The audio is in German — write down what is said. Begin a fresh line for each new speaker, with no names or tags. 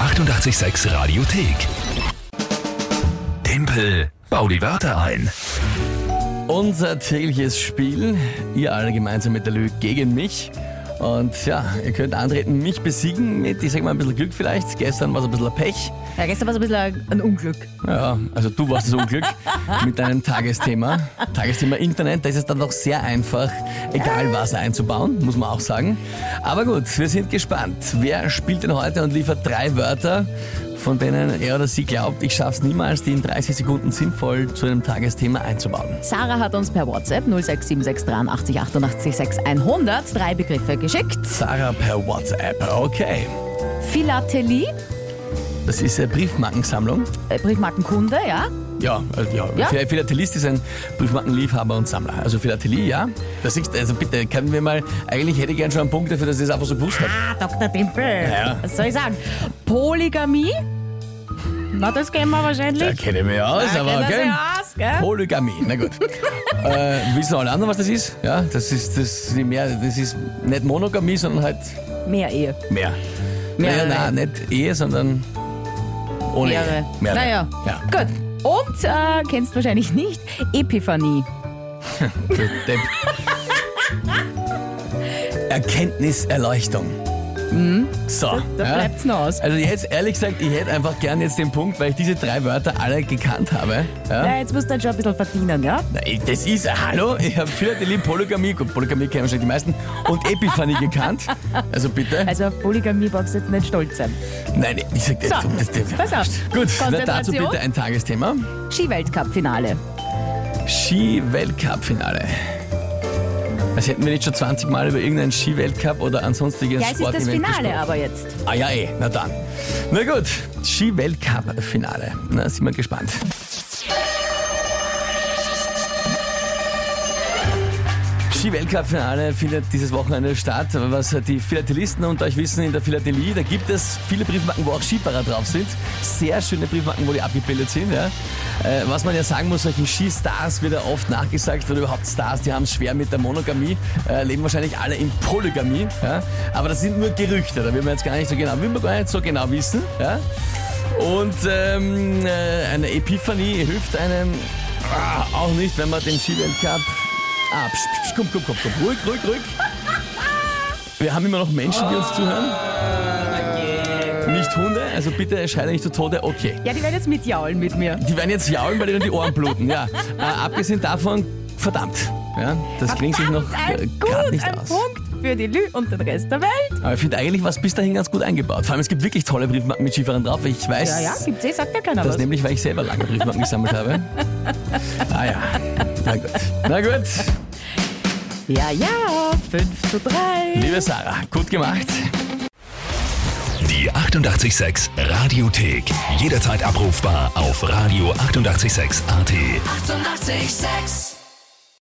886 Radiothek. Tempel, bau die Wörter ein.
Unser tägliches Spiel, ihr alle gemeinsam mit der Lü gegen mich. Und ja, ihr könnt antreten, mich besiegen mit, ich sag mal, ein bisschen Glück vielleicht. Gestern war es ein bisschen ein Pech.
Ja, gestern war es ein bisschen ein- ein Unglück.
Ja, also du warst das Unglück mit deinem Tagesthema. Tagesthema Internet, da ist es dann doch sehr einfach, egal was einzubauen, muss man auch sagen. Aber gut, wir sind gespannt. Wer spielt denn heute und liefert drei Wörter, von denen er oder sie glaubt, ich schaff's niemals, die in 30 Sekunden sinnvoll zu einem Tagesthema einzubauen?
Sarah hat uns per WhatsApp 0676 83 88 6100 drei Begriffe geschickt.
Sarah per WhatsApp, okay.
Philatelie,
Das ist eine Briefmarkensammlung.
äh, Briefmarkenkunde, ja.
Ja, also ja.
Ja?
Phil- Philatelist ist ein Briefmarkenliebhaber und Sammler. Also Philatelie, ja. Das ist, also bitte, können wir mal, eigentlich hätte ich gern schon einen Punkt dafür, dass ich es einfach so gewusst habe.
Ah, Dr. Dimpel.
Ja.
Was soll ich sagen? Polygamie? Na, das kennen wir
Da
wahrscheinlich.
kenne ich mich aus,
Da
aber
kennen
okay.
Sie aus, gell?
Polygamie, na gut. äh, wissen alle anderen, was das ist? Ja, das ist, das, die mehr, das ist nicht Monogamie, sondern halt
Mehr Ehe.
mehr.
Mehrere.
Naja, nein, nicht Ehe, sondern ohne Ehe.
Mehrere.
Mehrere.
Naja.
Ja.
Gut. Und äh, kennst wahrscheinlich nicht Epiphanie.
Du Depp. Erkenntniserleuchtung. So.
Mhm. Da bleibt's noch aus.
Also jetzt, ehrlich gesagt, ich hätte einfach gern jetzt den Punkt, weil ich diese drei Wörter alle gekannt habe. Ja?
Na, jetzt musst du halt schon ein bisschen verdienen, ja?
Na, ich- Das ist, hallo, ich habe Philatelie, Polygamie, gut, Polygamie kennen wahrscheinlich die meisten, und Epiphanie gekannt. Also bitte.
Also auf Polygamie brauchst du jetzt nicht stolz sein.
Nein, ich sag das,
So,
das, das,
pass auf.
Gut, na, dazu
Konzentration.
bitte ein Tagesthema.
Skiweltcup-Finale.
Ski-Weltcup-Finale. Als hätten wir nicht schon 20 Mal über irgendeinen Ski-Weltcup oder ein sonstiges
Ja, es ist das
Sportevent gesprochen.
Finale aber jetzt.
Ah ja, eh, na dann. Na gut, Ski-Weltcup-Finale. Na, sind wir gespannt. Ski-Weltcup-Finale findet dieses Wochenende statt. Was die Philatelisten unter euch wissen, in der Philatelie, da gibt es viele Briefmarken, wo auch Skifahrer drauf sind. Sehr schöne Briefmarken, wo die abgebildet sind. Ja. Äh, was man ja sagen muss, solchen Skistars wird ja oft nachgesagt, oder überhaupt Stars, die haben es schwer mit der Monogamie, äh, leben wahrscheinlich alle in Polygamie. Ja. Aber das sind nur Gerüchte, da will man jetzt gar nicht so genau, will man gar nicht so genau wissen. Ja. Und ähm, äh, eine Epiphanie hilft einem ah, auch nicht, wenn man den Skiweltcup. Ah, psch, psch, psch, komm, komm, komm, komm, ruhig, ruhig, ruhig. Wir haben immer noch Menschen, die uns zuhören. Nicht Hunde, also bitte scheide nicht zu Tode, okay.
Ja, die werden jetzt mitjaulen mit mir.
Die werden jetzt jaulen, weil ihnen die Ohren bluten, ja. Äh, abgesehen davon, verdammt. Ja, das klingt sich noch äh,
ein
grad
gut,
nicht
ein
aus.
Punkt für die Lü und den Rest der Welt.
Aber ich finde eigentlich was bis dahin ganz gut eingebaut. Vor allem es gibt wirklich tolle Briefmarken mit Skifahrern drauf. Ich weiß,
Ja, ja, gibt's eh, sagt ja keiner
Das
was.
nämlich, weil ich selber lange Briefmarken gesammelt habe. Ah ja, na gut. Na gut,
Ja, ja, 5 zu 3.
liebe Sarah, gut gemacht.
Die 886 Radiothek. Jederzeit abrufbar auf radio886.at. 886! 886.
886